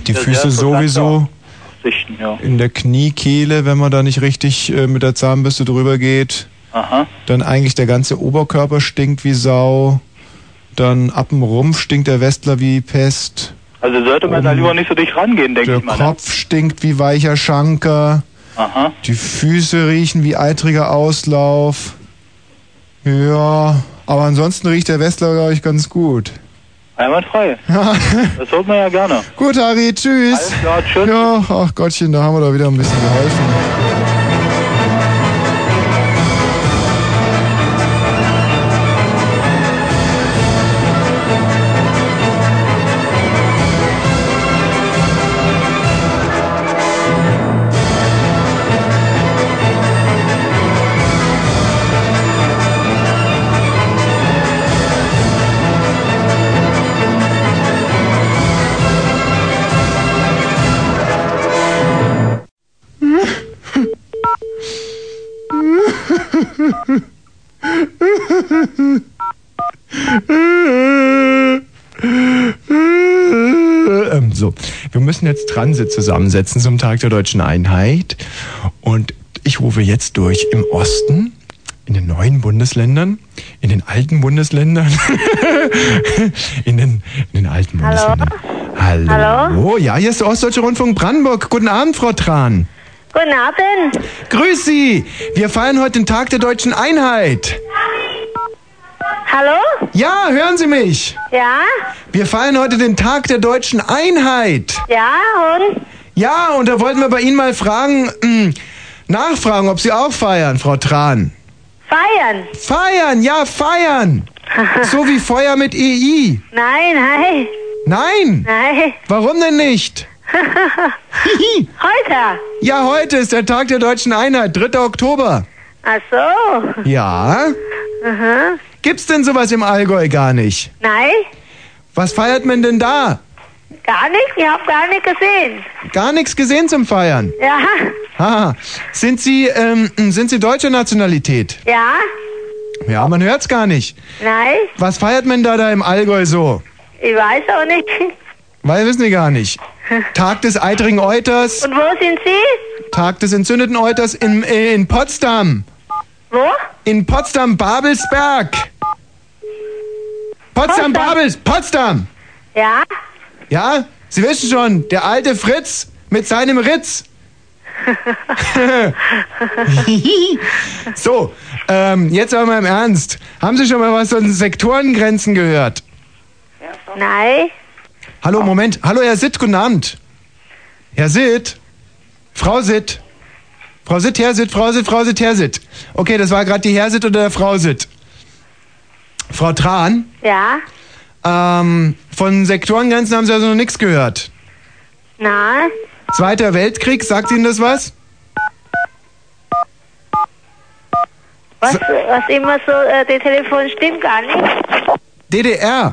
[SPEAKER 6] Die
[SPEAKER 1] Ja, sehr
[SPEAKER 6] Füße
[SPEAKER 1] interessant
[SPEAKER 6] sowieso.
[SPEAKER 1] Sichten, ja.
[SPEAKER 6] In der Kniekehle, wenn man da nicht richtig äh, mit der Zahnbürste drüber geht.
[SPEAKER 1] Aha.
[SPEAKER 6] Dann eigentlich der ganze Oberkörper stinkt wie Sau. Dann ab dem Rumpf stinkt der Westler wie Pest.
[SPEAKER 1] Also sollte man da lieber nicht so dicht rangehen, denke ich mal. ne?
[SPEAKER 6] Kopf stinkt wie weicher Schanker.
[SPEAKER 1] Aha.
[SPEAKER 6] Die Füße riechen wie eitriger Auslauf. Ja, aber ansonsten riecht der Westler, glaube ich, ganz gut.
[SPEAKER 1] Einwandfrei. Das hört man ja gerne.
[SPEAKER 6] Gut, Harry, tschüss. Alles
[SPEAKER 1] klar, tschüss.
[SPEAKER 6] Ja, ach Gottchen, da haben wir doch wieder ein bisschen geholfen. Ähm, Wir müssen jetzt Transit zusammensetzen zum Tag der deutschen Einheit. Und ich rufe jetzt durch im Osten, in den neuen Bundesländern, in den alten Bundesländern, in, den, in den alten Bundesländern. Hallo. Hallo. Ja, hier ist der Ostdeutsche Rundfunk Brandenburg. Guten Abend, Frau Tran.
[SPEAKER 14] Guten Abend.
[SPEAKER 6] Grüß Sie. Wir feiern heute den Tag der deutschen Einheit.
[SPEAKER 14] Hallo?
[SPEAKER 6] Ja, hören Sie mich.
[SPEAKER 14] Ja?
[SPEAKER 6] Wir feiern heute den Tag der deutschen Einheit.
[SPEAKER 14] Ja, und?
[SPEAKER 6] Ja, und da wollten wir bei Ihnen mal fragen, ähm, nachfragen, ob Sie auch feiern, Frau Tran.
[SPEAKER 14] Feiern?
[SPEAKER 6] Feiern, ja, feiern. so wie Feuer mit EI.
[SPEAKER 14] Nein, nein.
[SPEAKER 6] Nein.
[SPEAKER 14] Nein.
[SPEAKER 6] Warum denn nicht?
[SPEAKER 14] Heute?
[SPEAKER 6] Ja, heute ist der Tag der deutschen Einheit, 3. Oktober.
[SPEAKER 14] Ach so.
[SPEAKER 6] Ja.
[SPEAKER 14] Aha.
[SPEAKER 6] Gibt's denn sowas im Allgäu gar nicht?
[SPEAKER 14] Nein,
[SPEAKER 6] Was feiert man denn da?
[SPEAKER 14] gar nicht. Ich hab gar nicht gesehen.
[SPEAKER 6] Gar nichts gesehen zum Feiern.
[SPEAKER 14] Ja?
[SPEAKER 6] Ha. Sind Sie, ähm, sind Sie deutscher Nationalität?
[SPEAKER 14] Ja?
[SPEAKER 6] Ja, man hört's gar nicht.
[SPEAKER 14] Nein?
[SPEAKER 6] Was feiert man da da im Allgäu so?
[SPEAKER 14] Ich weiß auch nicht.
[SPEAKER 6] Weil wissen Sie gar nicht. Tag des eitrigen Euters,
[SPEAKER 14] Und wo sind Sie?
[SPEAKER 6] Tag des entzündeten Euters in, äh, in Potsdam.
[SPEAKER 14] Wo?
[SPEAKER 6] In Potsdam, Babelsberg. Potsdam, Babels, Potsdam.
[SPEAKER 14] Ja?
[SPEAKER 6] Ja, Sie wissen schon, der alte Fritz mit seinem Ritz. so, ähm, jetzt aber mal im Ernst. Haben Sie schon mal was von Sektorengrenzen gehört?
[SPEAKER 14] Nein?
[SPEAKER 6] Hallo, Moment. Hallo, Herr Sitt, guten Abend. Herr Sitt. Frau Sitt. Frau Sitt, Herr Sitt, Frau Sitt, Frau Sitt, Herr Sitt. Okay, das war gerade die Herr Sitt oder der Frau Sitt. Frau Tran,
[SPEAKER 14] Ja?
[SPEAKER 6] ähm, von Sektorengrenzen haben Sie also noch nichts gehört.
[SPEAKER 14] Nein?
[SPEAKER 6] Zweiter Weltkrieg, sagt Ihnen das was?
[SPEAKER 14] Was, was immer so, äh, der Telefon stimmt gar nicht.
[SPEAKER 6] DDR.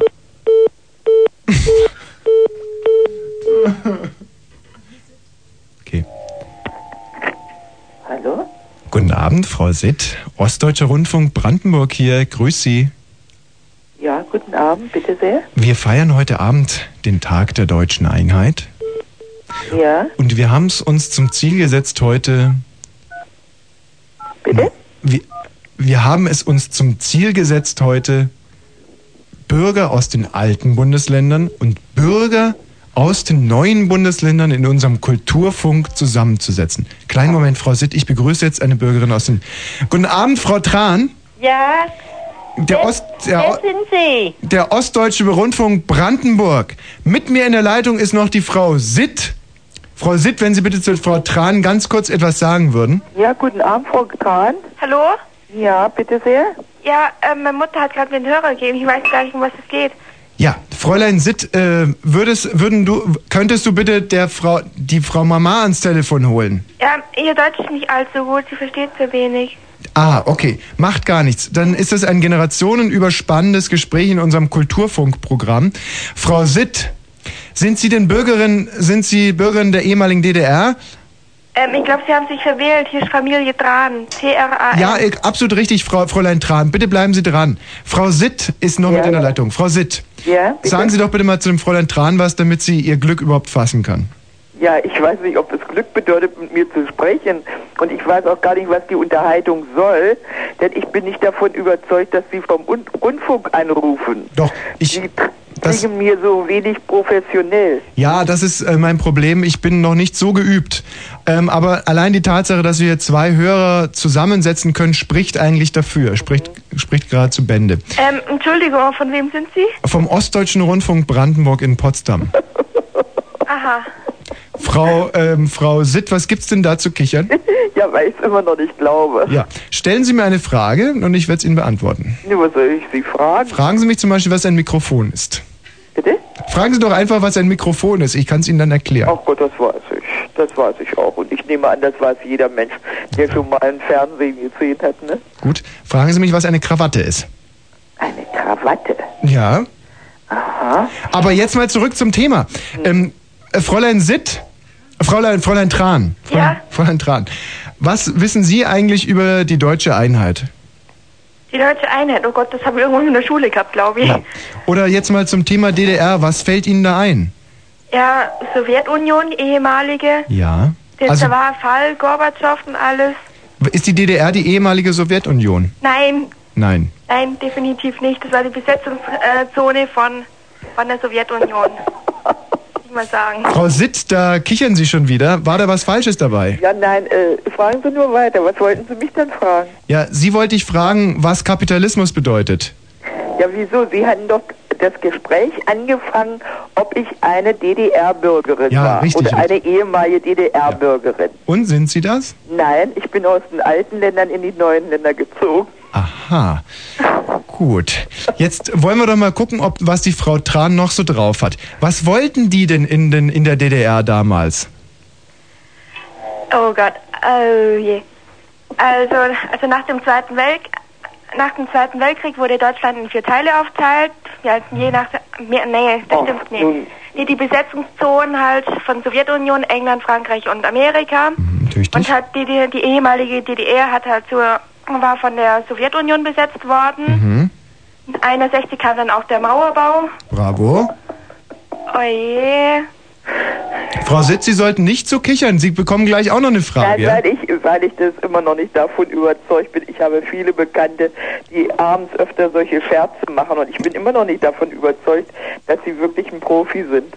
[SPEAKER 4] Hallo?
[SPEAKER 6] Guten Abend, Frau Sitt. Ostdeutscher Rundfunk Brandenburg hier. Grüß Sie.
[SPEAKER 4] Ja, guten Abend, bitte sehr.
[SPEAKER 6] Wir feiern heute Abend den Tag der deutschen Einheit.
[SPEAKER 4] Ja,
[SPEAKER 6] Und wir haben es uns zum Ziel gesetzt heute. Bitte? Wir, wir haben es uns zum Ziel gesetzt heute, Bürger aus den alten Bundesländern und Bürger aus den neuen Bundesländern in unserem Kulturfunk zusammenzusetzen. Kleinen Moment, Frau Sitt, ich begrüße jetzt eine Bürgerin aus den. Guten Abend, Frau Tran.
[SPEAKER 14] Ja?
[SPEAKER 6] Der Ost, der,
[SPEAKER 14] Wer
[SPEAKER 6] O-
[SPEAKER 14] sind Sie?
[SPEAKER 6] der Ostdeutsche Rundfunk Brandenburg. Mit mir in der Leitung ist noch die Frau Sitt. Frau Sitt, wenn Sie bitte zu Frau Tran ganz kurz etwas sagen würden.
[SPEAKER 4] ja guten Abend, Frau Kahn.
[SPEAKER 19] Hallo?
[SPEAKER 4] Ja, bitte sehr.
[SPEAKER 19] Ja, äh, meine Mutter hat gerade mir einen Hörer gegeben. Ich weiß gar nicht, um was es geht.
[SPEAKER 6] Ja, Fräulein Sitt, äh, würdest, würden du, könntest du bitte der Frau, die Frau Mama ans Telefon holen?
[SPEAKER 19] Ja, Ähm, ihr Deutsch ist nicht allzu gut. Sie versteht zu wenig.
[SPEAKER 6] Ah, okay. Macht gar nichts. Dann ist es ein generationenüberspannendes Gespräch in unserem Kulturfunkprogramm. Frau Sitt, sind Sie denn Bürgerin, sind Sie Bürgerin der ehemaligen DDR?
[SPEAKER 19] Ähm, ich glaube, Sie haben sich verwählt. Hier ist Familie Tran.
[SPEAKER 4] Ah,
[SPEAKER 19] T-R-A-N.
[SPEAKER 6] Ja, äh, ich, absolut richtig, Frau, Fräulein Tran. Bitte bleiben Sie dran. Frau Sitt ist noch mit in der Leitung. Frau Sitt,
[SPEAKER 4] Ja, bitte.
[SPEAKER 6] sagen Sie doch bitte mal zu dem Fräulein Tran was, damit sie ihr Glück überhaupt fassen kann.
[SPEAKER 4] Ja, ich weiß nicht, ob es Glück bedeutet, mit mir zu sprechen. Und ich weiß auch gar nicht, was die Unterhaltung soll, denn ich bin nicht davon überzeugt, dass Sie vom Un Rundfunk anrufen.
[SPEAKER 6] Doch, ich.
[SPEAKER 4] Sie klingen mir so wenig professionell.
[SPEAKER 6] Ja, das ist äh, mein Problem. Ich bin noch nicht so geübt. Ähm, aber allein die Tatsache, dass wir zwei Hörer zusammensetzen können, spricht eigentlich dafür. Spricht, spricht geradezu Bände.
[SPEAKER 19] Ähm, Entschuldigung, von wem sind Sie?
[SPEAKER 6] Vom Ostdeutschen Rundfunk Brandenburg in Potsdam.
[SPEAKER 19] Aha.
[SPEAKER 6] Frau, ähm, Frau Sitt, was gibt's denn da zu kichern?
[SPEAKER 4] Ja, weil ich es immer noch nicht glaube.
[SPEAKER 6] Ja, stellen Sie mir eine Frage und ich werde es Ihnen beantworten.
[SPEAKER 4] Nur was soll ich Sie fragen?
[SPEAKER 6] Fragen Sie mich zum Beispiel, was ein Mikrofon ist. Bitte? Fragen Sie doch einfach, was ein Mikrofon ist. Ich kann es Ihnen dann erklären.
[SPEAKER 4] Ach Gott, das weiß ich. Das weiß ich auch. Und ich nehme an, das weiß jeder Mensch, der schon mal ein Fernsehen gesehen hat, ne?
[SPEAKER 6] Gut. Fragen Sie mich, was eine Krawatte ist.
[SPEAKER 4] Eine Krawatte.
[SPEAKER 6] Ja. Aha. Aber jetzt mal zurück zum Thema. Ähm, äh, Fräulein Sitt, Fräulein, Fräulein Tran. Fräulein, ja. Fräulein Tran. Was wissen Sie eigentlich über die deutsche Einheit?
[SPEAKER 19] Die deutsche Einheit. Oh Gott, das habe ich irgendwann in der Schule gehabt, glaube ich.
[SPEAKER 6] Oder jetzt mal zum Thema DDR. Was fällt Ihnen da ein?
[SPEAKER 19] Ja, Sowjetunion, ehemalige.
[SPEAKER 8] Ja.
[SPEAKER 19] Das
[SPEAKER 8] Also-
[SPEAKER 19] war Fall, Gorbatschow und alles.
[SPEAKER 8] Ist die DDR die ehemalige Sowjetunion?
[SPEAKER 19] Nein,
[SPEAKER 8] Nein.
[SPEAKER 19] nein, definitiv nicht. Das war die Besetzungszone von, von der Sowjetunion. Muss ich mal sagen.
[SPEAKER 8] Frau Sitt, da kichern Sie schon wieder. War da was Falsches dabei?
[SPEAKER 4] Ja, nein, äh, fragen Sie nur weiter. Was wollten Sie mich denn fragen?
[SPEAKER 8] Ja, Sie wollte ich fragen, was Kapitalismus bedeutet.
[SPEAKER 4] Ja, wieso? Sie hatten doch das Gespräch angefangen, ob ich eine DDR-Bürgerin
[SPEAKER 8] Ja,
[SPEAKER 4] war
[SPEAKER 8] richtig,
[SPEAKER 4] oder eine ehemalige DDR-Bürgerin.
[SPEAKER 8] Und sind Sie das?
[SPEAKER 4] Nein, ich bin aus den alten Ländern in die neuen Länder gezogen.
[SPEAKER 8] Aha. Gut. Jetzt wollen wir doch mal gucken, ob was die Frau Tran noch so drauf hat. Was wollten die denn in, den, in der DDR damals?
[SPEAKER 19] Oh Gott, oh je. Also, also nach dem Zweiten Weltkrieg, nach dem Zweiten Weltkrieg wurde Deutschland in vier Teile aufteilt. Ja, also je nach, mehr, nee, das stimmt nicht. Die, die Besetzungszonen halt von Sowjetunion, England, Frankreich und Amerika. Und hat die, die, die ehemalige DDR hat halt zur, war von der Sowjetunion besetzt
[SPEAKER 4] Hm?
[SPEAKER 19] worden.
[SPEAKER 8] Mhm.
[SPEAKER 19] 61 kam dann auch der Mauerbau.
[SPEAKER 8] Bravo.
[SPEAKER 19] Oh je.
[SPEAKER 8] Frau Sitt, Sie sollten nicht so kichern. Sie bekommen gleich auch noch eine Frage.
[SPEAKER 4] Nein, weil ich, weil ich das immer noch nicht davon überzeugt bin. Ich habe viele Bekannte, die abends öfter solche Scherze machen und ich bin immer noch nicht davon überzeugt, dass sie wirklich ein Profi sind.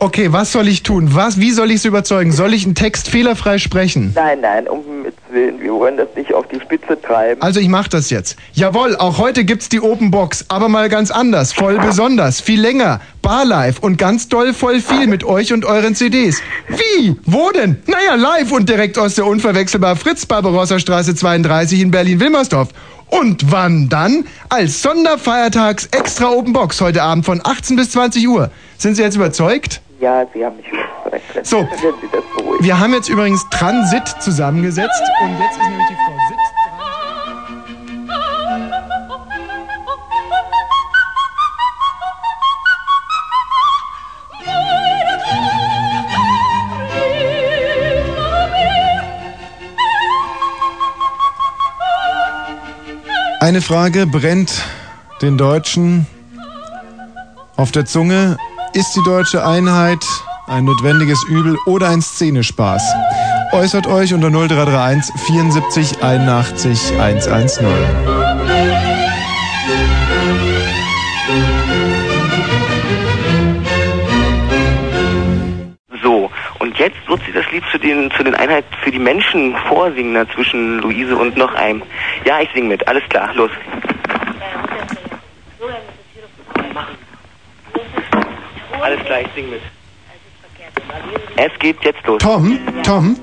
[SPEAKER 8] Okay, was soll ich tun? Was, wie soll ich Sie überzeugen? Soll ich einen Text fehlerfrei sprechen?
[SPEAKER 4] Nein, nein, um Himmels Willen, wir wollen das nicht auf die Spitze treiben.
[SPEAKER 8] Also ich mache das jetzt. Jawohl, auch heute gibt's die Open Box, aber mal ganz anders, voll besonders, viel länger, barlive und ganz doll voll viel mit euch und euren CDs. Wie? Wo denn? Naja, live und direkt aus der unverwechselbar Fritz Barbarossa Straße 32 in Berlin-Wilmersdorf. Und wann dann? Als Sonderfeiertags extra Open Box heute Abend von 18 bis 20 Uhr. Sind Sie jetzt überzeugt?
[SPEAKER 4] Ja, Sie haben mich überzeugt.
[SPEAKER 8] So.
[SPEAKER 4] Können Sie das beruhigen?
[SPEAKER 8] Wir haben jetzt übrigens Transit zusammengesetzt und jetzt ist nämlich die Frau Sitt.
[SPEAKER 6] Eine Frage brennt den Deutschen auf der Zunge. Ist die deutsche Einheit ein notwendiges Übel oder ein Szenespaß? Äußert euch unter 0331 74 81 110.
[SPEAKER 5] So, und jetzt wird sie das Lied zu den, zu den Einheit für die Menschen vorsingen, da zwischen Luise und noch einem. Ja, ich singe mit, alles klar, los. Alles klar, ich singe mit. Es geht jetzt los.
[SPEAKER 6] Tom, Tom,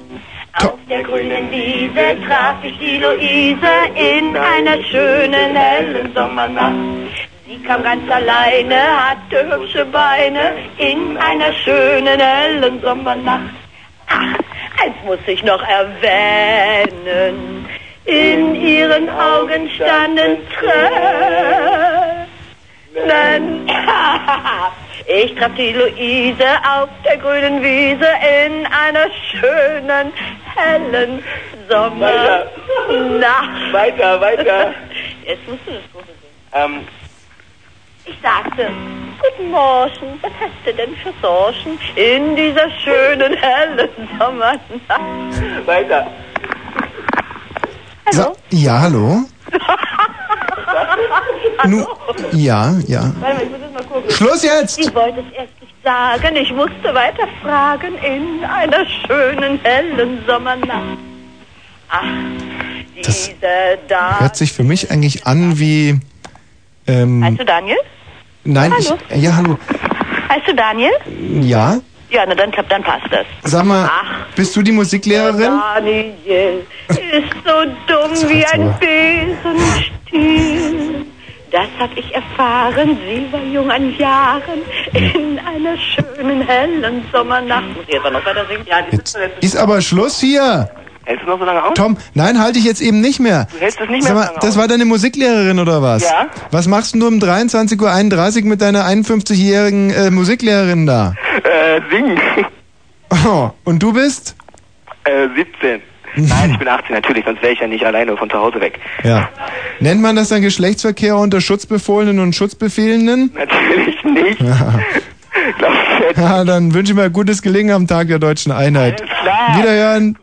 [SPEAKER 2] Auf der grünen Wiese traf ich die Luise in einer schönen hellen Sommernacht. Sie kam ganz alleine, hatte hübsche Beine in einer schönen hellen Sommernacht. Ach, eins muss ich noch erwähnen. In ihren Augen standen Tränen. Ich traf die Luise auf der grünen Wiese in einer schönen, hellen Sommernacht.
[SPEAKER 5] Weiter, weiter.
[SPEAKER 2] Jetzt musst du das Gute sehen.
[SPEAKER 5] Ähm,
[SPEAKER 2] Ich sagte, guten Morgen, was hast du denn für Sorgen in dieser schönen, hellen Sommernacht?
[SPEAKER 5] Weiter.
[SPEAKER 6] Hallo? ja, hallo? Nu, ja, ja.
[SPEAKER 2] Warte mal, ich muss das mal gucken.
[SPEAKER 6] Schluss jetzt!
[SPEAKER 2] Ich wollte es erst nicht sagen, ich musste weiter fragen in einer schönen, hellen Sommernacht. Ach, diese da.
[SPEAKER 6] Hört sich für mich eigentlich an wie. Ähm,
[SPEAKER 2] Heißt du Daniel?
[SPEAKER 6] nein,
[SPEAKER 2] Hallo.
[SPEAKER 6] ich. Ja, hallo.
[SPEAKER 2] Heißt du Daniel?
[SPEAKER 6] Ja?
[SPEAKER 2] Ja, na dann, dann passt das.
[SPEAKER 6] Sag mal, bist du die Musiklehrerin?
[SPEAKER 2] Daniel ist so dumm wie ein Besenstiel. Das hab ich erfahren, sie war jung an Jahren, in einer schönen, hellen Sommernacht. Muss ich jetzt auch noch weiter singen? Ja, die jetzt.
[SPEAKER 6] Ist aber Schluss hier.
[SPEAKER 5] Hältst du noch so lange aus?
[SPEAKER 6] Tom, nein, halte ich jetzt eben nicht mehr.
[SPEAKER 5] Du hältst es nicht mehr
[SPEAKER 6] Sag
[SPEAKER 5] so
[SPEAKER 6] mal,
[SPEAKER 5] lange
[SPEAKER 6] das
[SPEAKER 5] aus.
[SPEAKER 6] war deine Musiklehrerin oder was?
[SPEAKER 5] Ja.
[SPEAKER 6] Was machst denn du um 23.31 Uhr mit deiner 51-jährigen äh, Musiklehrerin da?
[SPEAKER 5] äh, singen.
[SPEAKER 6] Oh, und du bist?
[SPEAKER 5] Äh, 17. Nein, ich bin 18, natürlich, sonst wäre ich ja nicht alleine von zu Hause weg.
[SPEAKER 6] Ja. Nennt man das dann Geschlechtsverkehr unter Schutzbefohlenen und Schutzbefehlenden?
[SPEAKER 5] Natürlich nicht.
[SPEAKER 6] Ja.
[SPEAKER 5] Glaubst
[SPEAKER 6] Ja, dann wünsche ich mal gutes Gelingen am Tag der deutschen Einheit. Wiederhören.